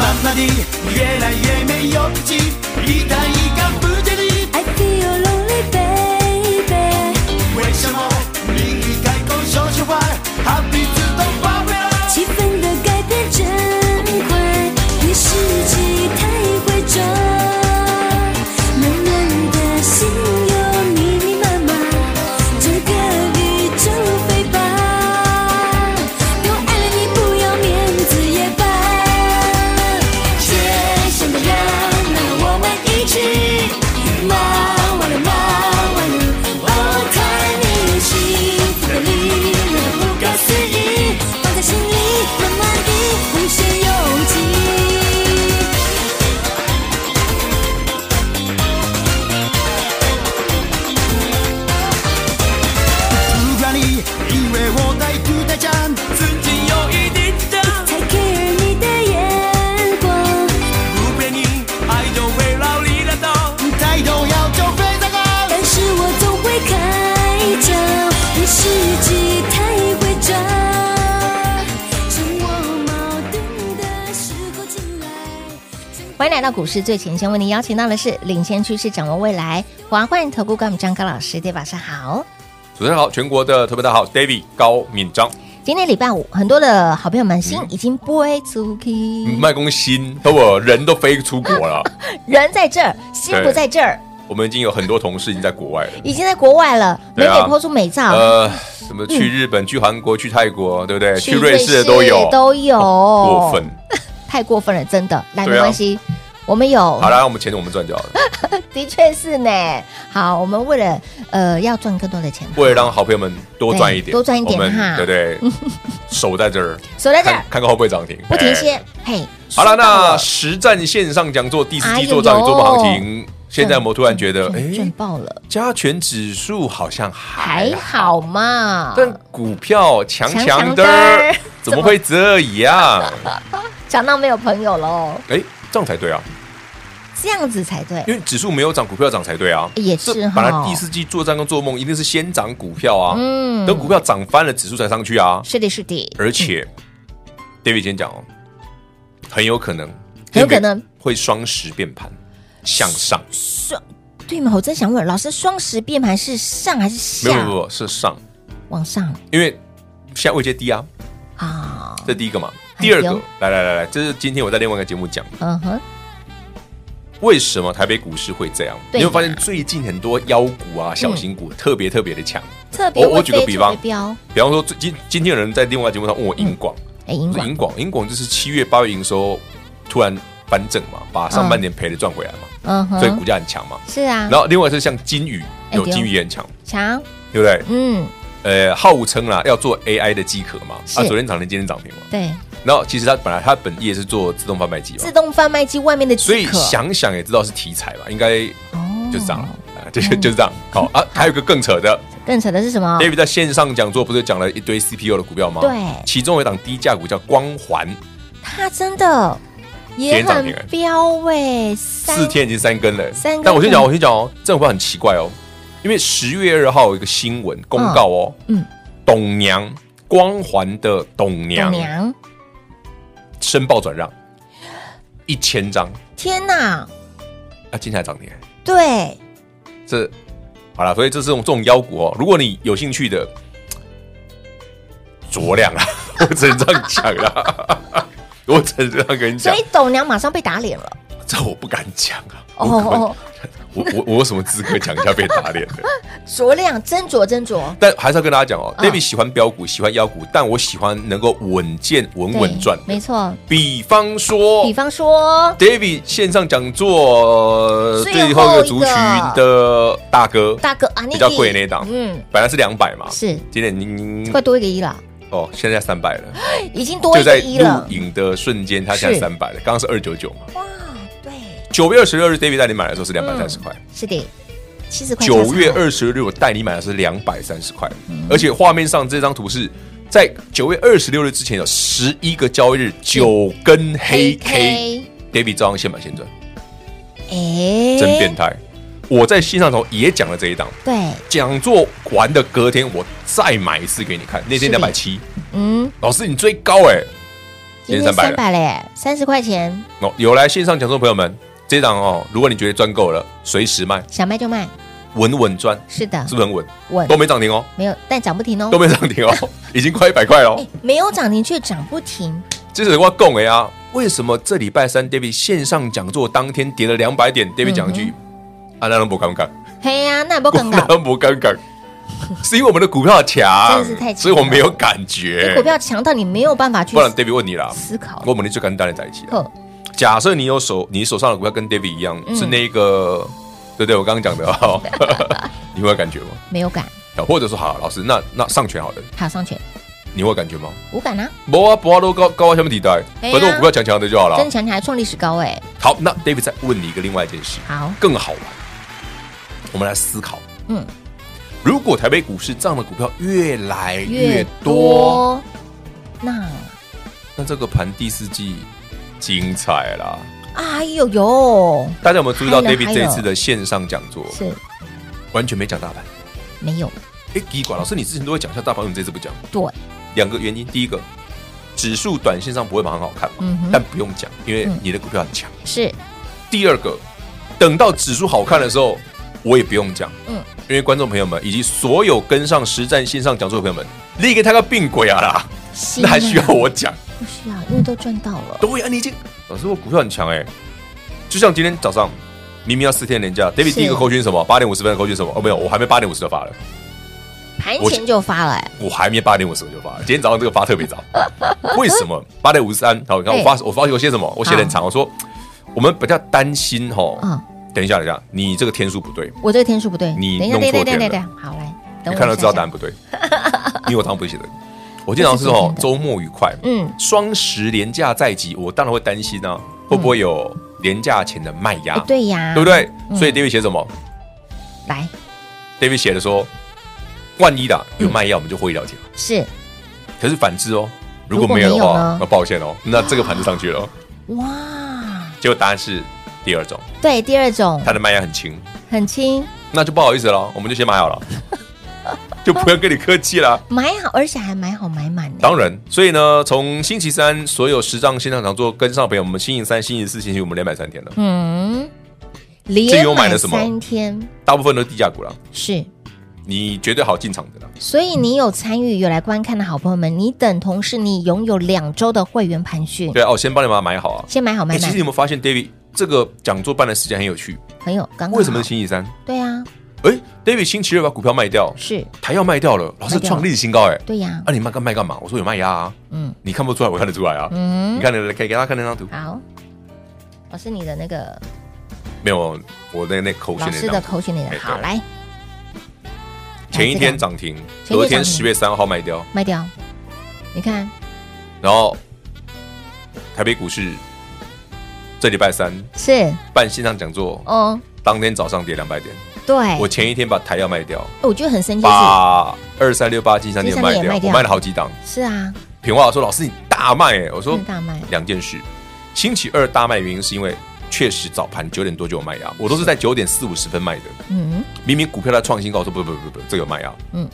まんまで見えない夢よっち痛いが無事に I feel lonely, baby。为什么你离开口说实话还彼此都发飙气氛的改变真快，与世界太会转。暖暖的心有密密麻麻，整个宇宙飞吧。都爱了你不要面子也罢。街上的人，那我们一起忙完了忙完了，哦，看你幸福的力量不可思议，放在心里慢慢地无限拥挤。不管你以为我在孤单上自己有一点脏才 care 你的眼光，不骗你爱就会老你的刀态度要求非常高但是我总会开窍，你世界太会转，趁我矛盾的时候进来。欢迎来到股市最前线，为您邀请到的是领先趋势、掌握未来华冠投顾高敏章高老师，大家晚上好。主持人好，全国的特别大好，David 高敏章，今天礼拜五，很多的好朋友们心嗯已经播出去，卖公心都我人都飞出国 了，人在这儿，心不对在这儿，我们已经有很多同事已经在国外了，已经在国外了，对人啊也抛出美照，呃，什么去日本、去韩国、去泰国，对不对？嗯去去瑞士的都有，哦都有，过分。太过分了，真的。来，对没啊关系，我们有好，啦，我们钱我们赚就好了。 的确是呢。好，我们为了呃要赚更多的钱，为了让好朋友们多赚一对点，多赚一点我们哈对 不对？守在这儿，守在这儿看看看会不会涨停，不停歇哎。嘿，好了，说到那实战线上讲座第四哎季呦做账与做梦行情，现在我们突然觉得，赚赚哎，爆了，加权指数好像还还好嘛。但股票强强啊强的的儿， 怎么会这样？讲到没有朋友喽， 哎，这样才对啊，这样子才对。因为指数没有涨，股票涨才对啊。也是这哈本来第四季做账跟做梦一定是先涨股票啊，嗯等股票涨翻了，指数才上去啊。是的，是的，而且，David 今天讲哦，很有可能，很有可能会双十变盘向上，双对吗？我真想问老师，双十变盘是上还是没下有没？有没有是上，往上因为现在位阶低啊，啊，这第一个嘛。哎第二有个，来来来来，这是今天我在另外一个节目讲的。嗯哼，为什么台北股市会这样？对你呀会发现最近很多妖股啊、小型股特别特别的强。特别我会我举个飞比出方的标，比方说，最今今天有人在另外节目上问我银广，哎，银我说广银广，银广就是七月八月营收突然翻正嘛，把上半年赔的赚回来嘛，嗯所以股哼，价很强嘛。是啊然，后另外是像金宇，哎有对哦金宇也很强，强，对不对？嗯，呃，号称啦要做 AI 的机壳嘛，是啊，昨天涨停，今天涨停嘛。对，然后其实它本来它本业是做自动贩卖机嘛自，动贩卖机外面的所即以可，想想也知道是题材吧，应该哦嗯就是这样了，啊，就是就是这样。好 啊，还有一个更扯的更扯的是什么？ ，David 在线上讲座不是讲了一堆 CPU 的股票吗？对其中有一档低价股叫光环，它真的也天涨很停哎标位，三四天已经三根了。三根但我先讲，我先讲哦，这种股票很奇怪哦，因为十月二号有一个新闻公告哦，嗯嗯，董娘光环的董董娘娘，申报转让一千张，天哪，啊，今天还涨停，对，这好了，所以这是这种这种妖股哦。如果你有兴趣的，酌量啦，我只能这样讲啦， 我只能这样跟你所讲以，董娘马上被打脸了，这我不敢讲啊，哦我可能哦我我我有什么资格讲一下被打脸的？酌量斟酌斟酌，但还是要跟大家讲哦、嗯 d a v i d 喜欢标股，喜欢妖股，但我喜欢能够稳健稳稳对赚。哦没，错。比方说，比方说 David 线上讲座呃最最后后一个一个族群的大哥，大哥啊，比较贵那档嗯嗯，本来是两百嘛，是今天已经快多一个一了，哦，现在三百了，已经多嗯就一在个一了录，影的瞬间，它现在是三百了，刚刚是二九九嘛。哇，对，九月二十六日，David 带你买的时候是两百三十嗯块，是的，七十块，九月，二十六日我带你买的是两百三十块，嗯而且画面上这张图是在九月二十六日之前有十一个交易日，九根黑 K。David 照样现买现赚，哎，真变态！我在线上头也讲了这一档，对，讲座完的隔天，我再买一次给你看。那天是的两百七，嗯，老师你最高哎、今今天天三百三了。百嘞，三十块钱，哦，有来线上讲座的朋友们，这档哦，如果你觉得赚够了，随时卖，想卖就卖，稳稳赚，是的是，不是很稳？嗯稳都没涨停哦，没有，但涨不停哦都，没涨停哦， 已经快一百块哦哎。，没有涨停却涨不停，这是我供哎啊，为什么这礼拜三 David 线上讲座当天跌了两百点？David 讲一句，啊，那人不尴尬，嘿呀，那嗯不 那刚刚，人不尴尬，是因为我们的股票强真的是太，强所以我们没有了感这觉。哎股票强到你没有办法去不然 David 问你啦，思考，我们就跟单的在一起啦。呵，假设你有手，你手上的股票跟 David 一样，嗯是那一个，对对，我刚刚讲的哦， 你会有感觉吗？没有敢，啊或者说，好，老师，那那上权好了，好上去，你会有感觉吗？无感啊，不啊，不啊，都高高啊，下面底带，哎呀反正我股票强强的就好真的了。强起来创历史高哎，好，那 David 再问你一个另外一件事，好，更好玩。我们来思考，嗯，如果台北股市这样的股票越来越多，，那那这个盘第四季精彩啦！哎呦呦，大家有没有注意到还有还 David 这一有次的线上讲座是完全没讲大盘？没有哎，奇怪，老师，你之前都会讲一下大盘，为什么这次不讲？对，两个原因，第一个，指数短线上不会马上好看嘛，嗯哼但不用讲，因为嗯你的股票很强。是第二个，等到指数好看的时候，我也不用讲，嗯嗯，因为观众朋友们以及所有跟上实战线上讲座的朋友们，立刻他个病鬼啊啦，是那还需要我讲？不需要，因为都赚到了，对啊，你已经，老师，我股票很强哎、就像今天早上。明明要四天连假，David 是第一个扣讯是什么？八点五十分的扣讯是什么？哦，没有，我还没八点五十就发了。盘前就发了哎，我还没八点五十我就发了，今天早上这个发特 别早，为什么？八点五十三，好，你看我发我发我写什么？我写的很长，我说啊我们比较担心哈嗯，等一下，等一下，你这个天数不对，我这个天数不对，你等一下，等弄一错下，等一下，天了等一下，好来，等你我看到一知下道答 案不对，因为我当然不是写这个，我今天早上是这是哦今天的周末愉快，嗯，双十连假在即，我当然会担心啊，会不会有廉价前的卖压哎，对呀，对不？对？嗯所以 David 写什么来， ？David 写的说，万一的有卖压，我们就获利了结。是可是反之哦，如如果果没有的没有话呢，那抱歉哦，那这个盘就上去了哦。哇，结果答案是第二种，对，第二种它的卖压很轻，很轻，那就不好意思了，我们就先买好了， 就不要跟你客气了。买好，而且还买好买满呢，当然，所以呢，从星期三所有实战线上讲座跟上的朋友，我们星期三、星期四、星期五，我们连买三天了，嗯，己连有买买了什么三天大部分都是低价股了，是。你绝对好进场的啦。所以你有参与有来观看的好朋友们，你等同是你拥有两周的会员盘讯，对啊，哦，先帮你把它买好啊。先买好买哎其实你满，有没有发现，David 这个讲座办的时间很有趣？很有刚刚好为什么是？星期三？对啊，哎，David 星期二把股票卖掉，是，还要卖掉了，老师卖掉了创历史新高哎。对呀、啊，你卖干卖干嘛？我说有卖压啊，嗯你看不出来，我看得出来啊。你嗯，看，你可以给大家看那张图，好，老师你的那个没有？我那那口老讯师那的张口选那哎个，对好来，前来一这天个涨停，前一天涨停隔天十月三号卖掉，卖掉，你看然后台北股市这礼拜三是办线上讲座，哦，哎当天早上跌两百点，对，我我前一天把台药卖掉，我觉得很生气的把二三六八金山金店山卖店也卖掉，掉我卖了好几档。是，是啊，平话说老师你大卖哎，我说真的大卖两件事，星期二大卖的原因是因为确实早盘九点多就有卖压，我都是在九点四五十分卖的。嗯，明明股票在创新高，我说不不不不，这个有卖啊。嗯嗯。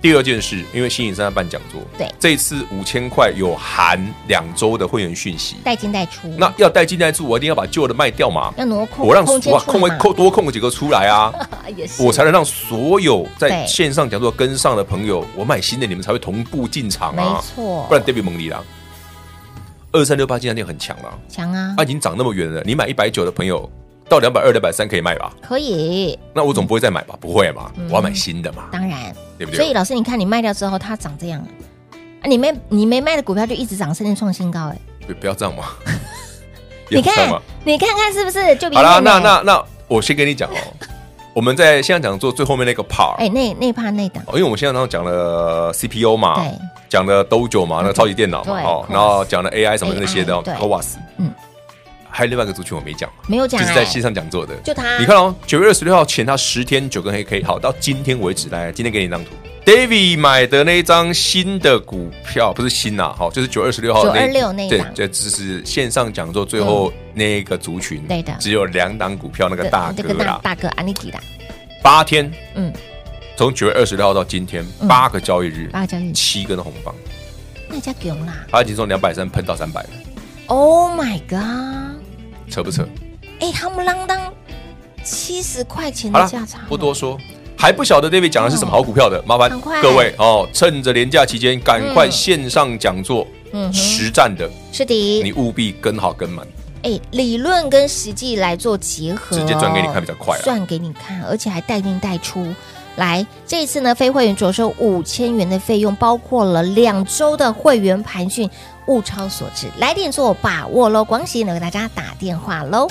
第二件事，因为新影山在办讲座，对这一次五千块有含两周的会员讯息，带进带出，那要带进带出，我一定要把旧的卖掉嘛。要挪空，我让空间我出空位来嘛扣多空几个出 来啊，也是我才能让所有在对线上讲座跟上的朋友，我买新的，你们才会同步进场没啊，错，不然 David 蒙里啦，啊二三六八进场店很强啦，强啊哎它，已经涨那么远了，你买一百九的朋友，到两百二、两百三可以卖吧？可以，那我总不会再买吧？不会嘛？我要买新的嘛，嗯当然。对不所以对？老师，你看你卖掉之后，它涨这样，啊，你没你没卖的股票就一直涨，甚至创新高，哎，不不要这样嘛，不 要你这样嘛看，你看看是不是啊就比好啦，美那那那我先跟你讲哦， 我们在现在讲做最后面那个 part，哎那那怕那档哦，因为我们现在刚刚讲了 CPU 嘛对，讲了 Dojo 嘛，那个超级电脑嘛，对哦， Quartz 然后讲了 AI 什么那些的 AI 对 c o w a s 嗯嗯，还有另外一个族群我没讲，没有讲就是哎在，线上讲座的，就它你看哦，九月二十六号前它十天九根黑 K，好，到今天为止，来，今天给你一张图。David 买的那一张新的股票不是新呐、啊，好，就是九二十六号926那一对档，这就是线上讲座最后那个族群，对的只有两档股票那个大这个哥大啦，大哥安利迪的，八天嗯，从九月二十六号到今天，嗯八个交易日，八个交易日七根红棒，那家囧啦它已经从两百三喷到三百了， ，Oh my god，扯不扯？哎，他们啷当七十块钱好的了价差，，啊不多说。还不晓得 David 讲的是什么好股票的，麻烦赶快各位哦，趁着廉价期间，赶快嗯线上讲座嗯哼实战的，是你的，务必跟好跟满。哎，理论跟实际来做结合哦，直接转给你看比较快啊算给你看，而且还带进带出。来，这一次呢，非会员着收五千元的费用，包括了两周的会员盘训，物超所值，来点做把握喽！广喜呢给大家打电话喽。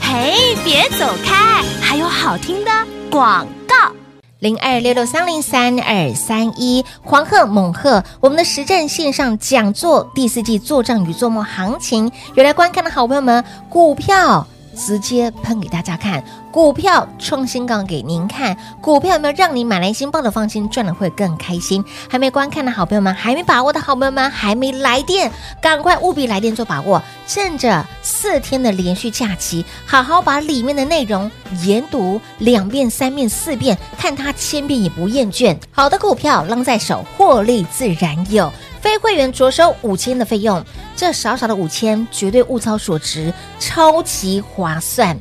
嘿，别走开，还有好听的广告。零二六六三零三二三一，黄鹤猛鹤，我们的实战线上讲座第四季做账与做梦行情，有来观看的好朋友们，股票直接喷给大家看，股票创新高给您看，股票有没有让你买来心抱的放心，赚的会更开心？还没观看的好朋友们，还没把握的好朋友们，还没来电，赶快务必来电做把握，趁着四天的连续假期，好好把里面的内容研读两遍、三遍、四遍，看它千遍也不厌倦。好的股票浪在手，获利自然有。非会员着收五千的费用，这少少的五千绝对物超所值，超级划算。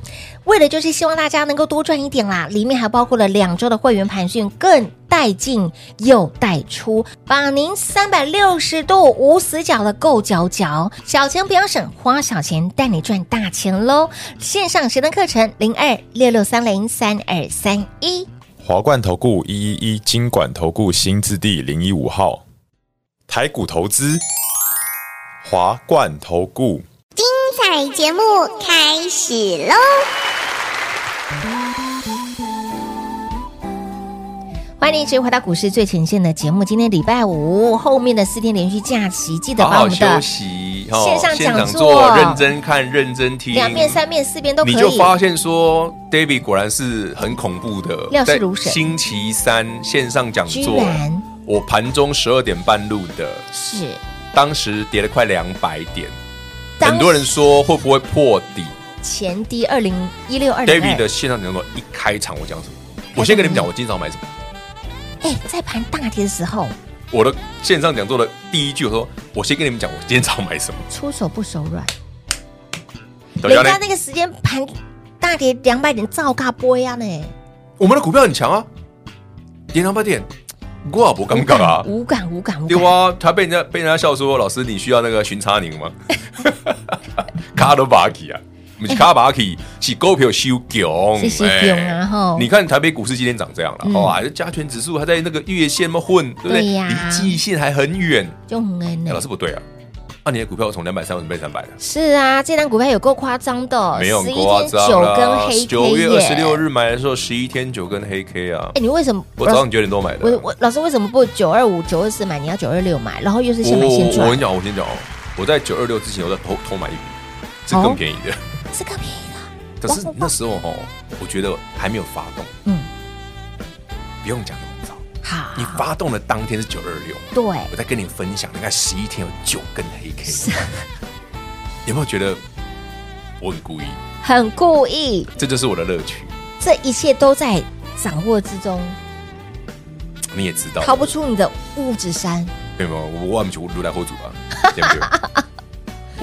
为了就是希望大家能够多赚一点啦，里面还包括了两周的会员盘训，更带进又带出，把您三百六十度无死角的够角角，小钱不要省，花小钱带你赚大钱喽！线上实战课程零二六六三零三二三一。华冠投顾一一一金管投顾新字第零一五号，台股投资，华冠投顾。彩节目开始喽！欢迎持续回到股市最前线的节目。今天礼拜五，后面的四天连续假期，记得好把我好们休的息，哦线上现讲场座做认真看，认真听，两遍、三遍、四遍都可以。你就发现说，David 果然是很恐怖的，料事在如神星期三线上讲居座，然我盘中十二点半录的，是当时跌了快两百点，当很多人说会不会破底前低二零一六二零？David 的线上讲座一开场我讲什么？我先跟你们讲，我今早买什么。哎，在盘大跌的时候，我的线上讲座的第一句，我说我先跟你们讲，我今天早上买什么。出手不手软，等一下人家呢，那个时间盘大跌两百点，照尬波呀啊呢，我们的股票很强啊，跌两百点，我也不尴尬啊。无感无感无对感。啊，他被人家被人家笑说，老师你需要那个巡查您吗？卡都巴基啊，不是卡巴基，是股票修囧，是修囧啊哎吼嗯你看台北股市今天长这样了，哇，这加权指数还在那个月线嘛混，对不对？对呀离季线还很远。就很恩哎呢老。师不对啊，啊，你的股票从两百三为什么变三百了？是啊，这张股票有够夸张的，没有11很天夸张九啦根黑 K 九月二十六耶。日买的时候，十一天九根黑 K 啊哎，！你为什么？我早上九点多买的我啊。我老师为什么不九二五、九二四买？你要九二六买，然后又是现买现我跟赚你，讲，我先讲哦，我在九二六之前，我在偷偷买一笔，是哦更便宜的。这个便宜了。可是那时候哦，我觉得还没有发动，嗯，啊不用讲那么早。好，你发动的当天是九二六，对，我在跟你分享，大概十一天有九根黑 K，有没有觉得我很故意？很故意，这就是我的乐趣，这一切都在掌握之中，你也知道，逃不出你的五指山。对吗？我我们去如来后主啊， 对不对？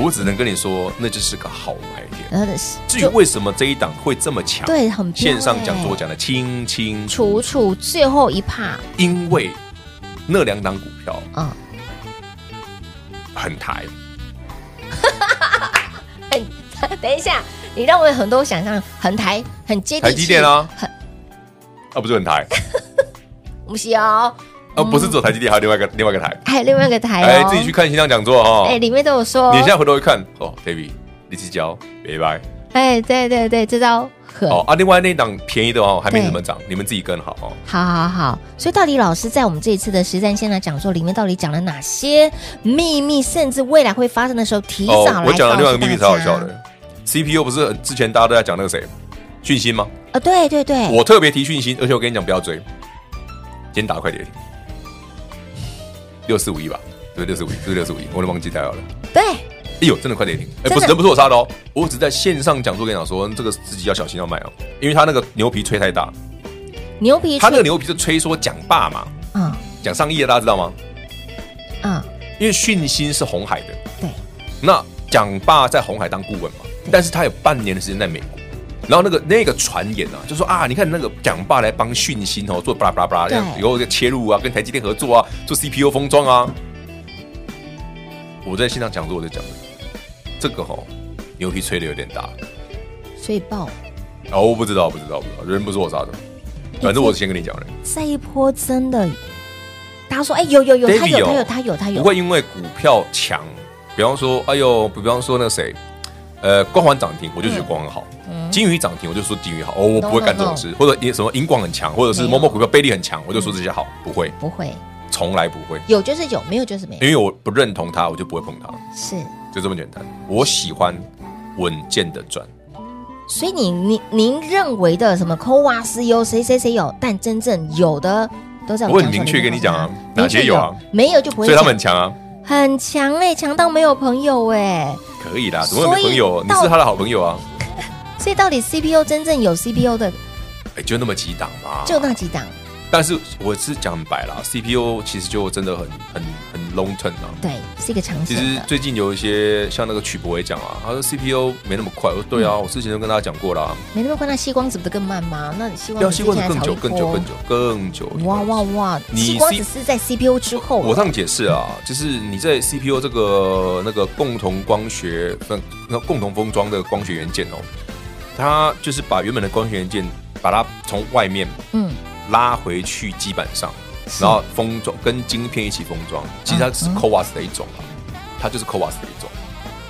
我只能跟你说，那就是个好买点。然后是至于为什么这一档会这么强，嗯对，很彪线上欸讲座讲的清清楚楚楚楚，最后一趴， 因为那两档股票嗯，很抬。等一下，你让我有很多想象，很台，很接地气。台积电啊很啊，不是 很台，不是哦，啊，不是只有台积电，还有另外一个另外一个台。还有另外一个台哦，哎，自己去看线上讲座哈。哎，里面都有说你，现在回头一看，哦，David，你去交，拜拜。哎，对对对，这招很哦啊，另外那档便宜的哦，还没怎么涨，你们自己跟好哦。好好好，所以到底老师在我们这一次的实战现场讲座里面，到底讲了哪些秘密，甚至未来会发生的时候，提早来告哦，诉我讲了另外一个秘密大超家好笑的，CPU 不是之前大家都在讲那个谁，讯息吗？啊！对对对，我特别提讯息，而且我跟你讲不要追，今天打快点，六四五一吧，对，六四五一，是六四五一，我都忘记代号了。对哎呦，真的快点停！哎、真的不是人不是我杀的哦，我只是在线上讲座跟你讲说，这个自己要小心要卖哦，因为他那个牛皮吹太大，牛皮他那个吹牛皮是吹说讲爸嘛，啊讲上亿的大家知道吗？啊，因为讯息是红海的，对，那蒋爸在红海当顾问嘛，但是他有半年的时间在美国。然后那个那个传言啊，就说啊，你看那个蒋爸来帮讯息哦，做巴拉巴拉巴拉，这样对以后就切入啊，跟台积电合作啊，做 CPU 封装啊。我在现场讲座我就讲了，这个哦，牛皮吹的有点大，所以爆哦，我不知道，不知道，不知道，人不是我杀的，反正我是先跟你讲的。这一波真的，大家说哎有有有，他有 David 他有哦他有他不有，会因为股票强，比方说，哎呦，比方说那个谁，呃，光环涨停，我就觉得嗯光环好；金鱼涨停，我就说金鱼好。哦，我 No, 不会干这 no, no 种事，或者什么银广很强，或者是没有某某股票倍率很强，我就说这些好，不会，不会从来不会，有就是有，没有就是没有，因为我不认同它，我就不会碰它，是。就这么简单。我喜欢稳健的赚，所以你您您认为的什么抠挖私有谁谁谁有，但真正有的都在我我讲座很里明确面跟你讲啊明哪些确有啊，没有就不会讲。所以他们很强啊，很强哎、强到没有朋友哎、可以啦，怎么会所没以朋友？你到是他的好朋友啊，所以到底 CPU 真正有 CPU 的哎，就那么几档嘛，就那几档，但是我是讲很白啦，CPU 其实就真的很很很 long term 啊。对，是一个长其线实的，最近有一些像那个曲博也讲啊，他说 CPU 没那么快。我说对啊，嗯我之前就跟大家讲过啦，没那么快。那吸光子不是更慢吗？那你吸光要子吸光子之前更啊还久、炒一更波久、更久、更久。哇哇！哇！你吸光 C- 子是在 CPU 之后了，我这样解释啊，就是你在 CPU 这个那个共同光学、那那共同封装的光学元件哦，它就是把原本的光学元件把它从外面嗯拉回去基板上，是嗯然后封装跟晶片一起封装，其实它是 CoWAS 的一种啊，它就是 CoWAS 的一种。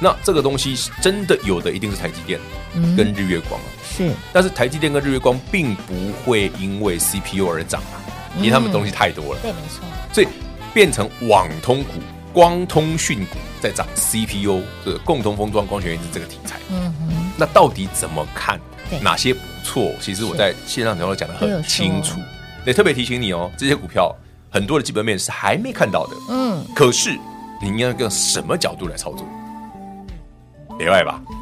那这个东西真的有的一定是台积电嗯跟日月光啊，是但是台积电跟日月光并不会因为 CPU 而涨啊，因为他们东嗯西太多了，对，没错，所以变成网通股、光通讯股在涨 CPU 这个共同封装光学元件这个题材。嗯哼，那到底怎么看对？哪些不错？其实我在线上讲座讲的都有很说清楚，也特别提醒你哦，这些股票很多的基本面是还没看到的，嗯，可是你应该用什么角度来操作？别外吧，嗯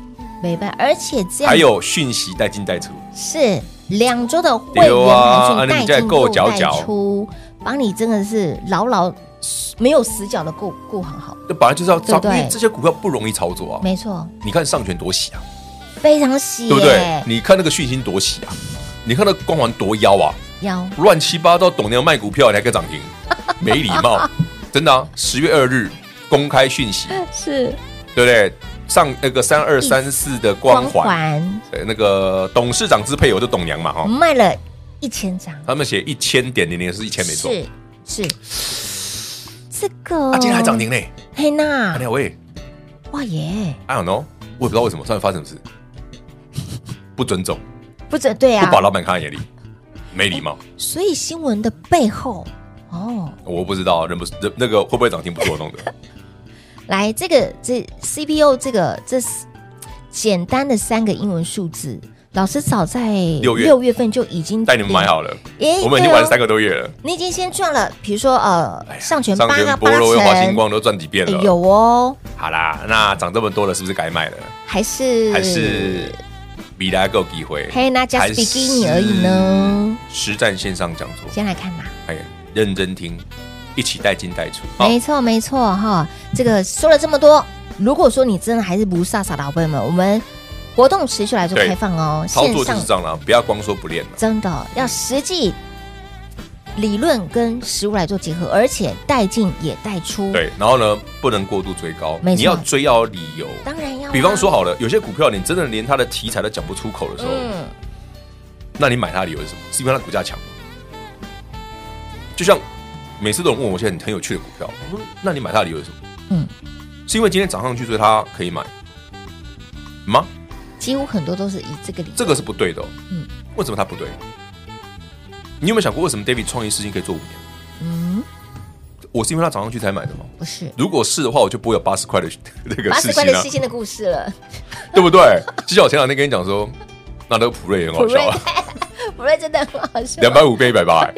没办法，而且这样还有讯息带进带出，是两周的会对员啊函啊数你带这进样够又佼带佼出，把你真的是牢牢没有死角的顾顾好好，那本来就是要操，对因对为这些股票不容易操作啊。没错，你看上权多喜啊，非常喜对不对耶？你看那个讯息多喜啊，你看那个光环多妖啊，腰乱七八糟，懂得卖股票，你还敢涨停， 没礼貌，真的啊！十月二日公开讯息，是对不对？上那个三二三四的光光环，环对那个董事长支配我就董娘嘛哈，卖了一千张，他们写一千点零零是一千没错，是是，这个啊，今天还涨，停啊嘞，嘿阿娜，廖喂哇耶， ，I don't know，我也不知道为什么，上面发生什么事，不尊重，不准对不啊把，老板看在眼里，没礼貌，所以新闻的背后哦。我不知道，人不是人那个会不会涨停不是我弄的， 来，这个这 CPU 这个这是简单的三个英文数字，老师早在六月份就已经带你们买好了，诶我们已经玩了三对哦个多月了，你已经先赚了，比如说呃，上权上八全个波八罗成，跟华星光都赚几遍哎了，有哦，好啦，那涨这么多了，是不是该卖了？还是还是比大家够机会？嘿，那 just 还是 beginning 而已呢。实战线上讲座，先来看啦，哎，认真听，一起带进带出。好没，错没错哈，这个说了这么多，如果说你真的还是不飒飒的好朋友们，我们活动持续来做对开放哦，操线作就上是这样啦，不要光说不练了。真的要实际理论跟实物来做结合，而且带进也带出。，对，然后呢，不能过度追高，嗯没错你要追要有理由。当然要啊。比方说好了，有些股票你真的连它的题材都讲不出口的时候，嗯，那你买它的理由是什么？是因为它股价强吗？就像每次都有人问我一些很很有趣的股票，我说那你买它的理由是什么？嗯，是因为今天涨上去所以它可以买吗？几乎很多都是以这个理这个是不对的、哦。嗯为什么它不对？你有没有想过为什么 David 创业事情可以做五年？嗯，我是因为它涨上去才买的吗？不是如果是的话，我就不会有八十块的那个啊八事十块情的了、事情的故事了。 对不对？就像我前两天跟你讲说，那那个普瑞也很普好瑞笑啊，，普瑞真的很好笑。 两百五变一百八，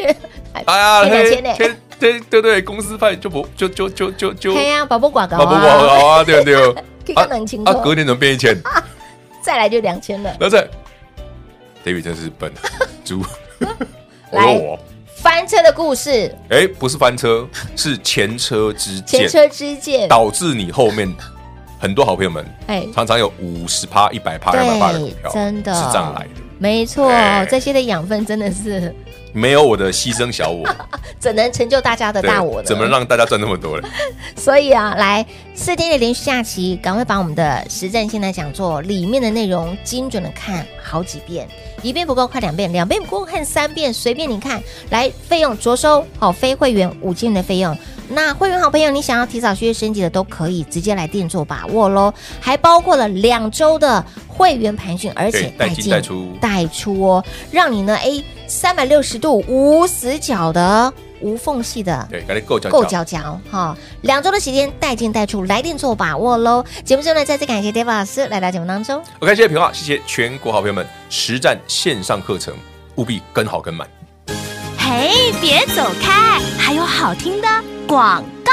哎呀，变两千呢嘿天对对对，公司派就不就就就就就，对呀，宝宝广告啊不不好啊，好啊，对 对，可以啊看冷情啊况，隔年怎么变一 千？再来就两千了。然后再，David 真是 笨啊猪，我来说我，翻车的故事，哎，不是翻车，是前车之前鉴，车之鉴，导致你后面很多好朋友们哎常常有五十趴、一百趴、两百趴的股票，真的是这样来的。没错哎，这些的养分真的是 没有我的牺牲小我，怎能成就大家的 对大我呢？怎么让大家赚那么多呢？所以啊，来四天的连续假期，赶快把我们的实战性的讲座里面的内容精准的看好几遍，一遍不够看两遍，两遍不够看三遍，随便你看。来，费用着收，好、非会员五千元的费用。那会员好朋友，你想要提早学业升级的都可以直接来店做把握喽，还包括了两周的会员盘训，而且对带进带出带出哦，让你呢，哎，三百六十度无死角的、无缝隙的对，赶紧够讲够嚼嚼哈。两周的时间带进带出，来电做把握喽。节目最后呢，再次感谢 David 老师来到节目当中。 OK，谢谢平话，啊谢谢全国好朋友们，实战线上课程务必跟好跟满。嘿，别走开，还有好听的广告。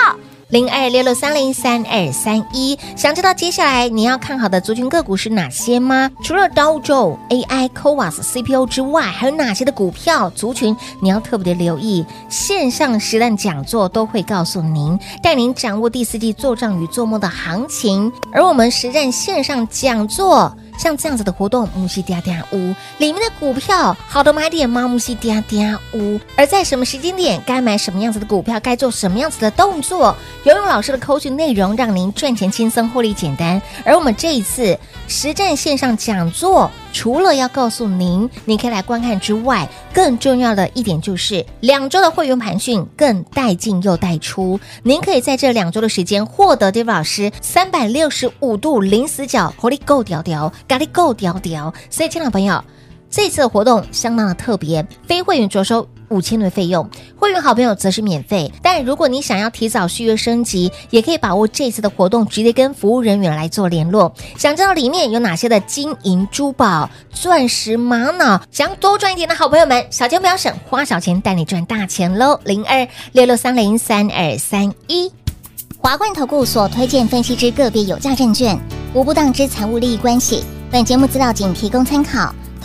零二六六三零三二三一。想知道接下来你要看好的族群个股是哪些吗？除了 Dow Jones、AI、Coas、CPU 之外，还有哪些的股票族群你要特别的留意？线上实战讲座都会告诉您，带您掌握第四季做账与做梦的行情。而我们实战线上讲座。像这样子的活动，木西嗲嗲屋里面的股票，好的买点吗？木西嗲嗲屋，而在什么时间点该买什么样子的股票，该做什么样子的动作，游泳老师的 coaching 内容让您赚钱轻松，获利简单。而我们这一次实战线上讲座，除了要告诉您你可以来观看之外，更重要的一点就是两周的会员盘训更带进又带出，您可以在这两周的时间获得 David 老师三百六十五度零死角，活力够屌屌，咖喱够屌屌。所以，亲爱的朋友。这次的活动相当的特别，非会员着收五千的费用，会员好朋友则是免费。但如果你想要提早续约升级，也可以把握这次的活动，直接跟服务人员来做联络。想知道里面有哪些的金银珠宝、钻石、玛瑙，想多赚一点的好朋友们，小钱不要省，花小钱带你赚大钱喽！零二六六三零三二三一。华冠投顾所推荐分析之个别有价证券，无不当之财务利益关系。本节目资料仅提供参考，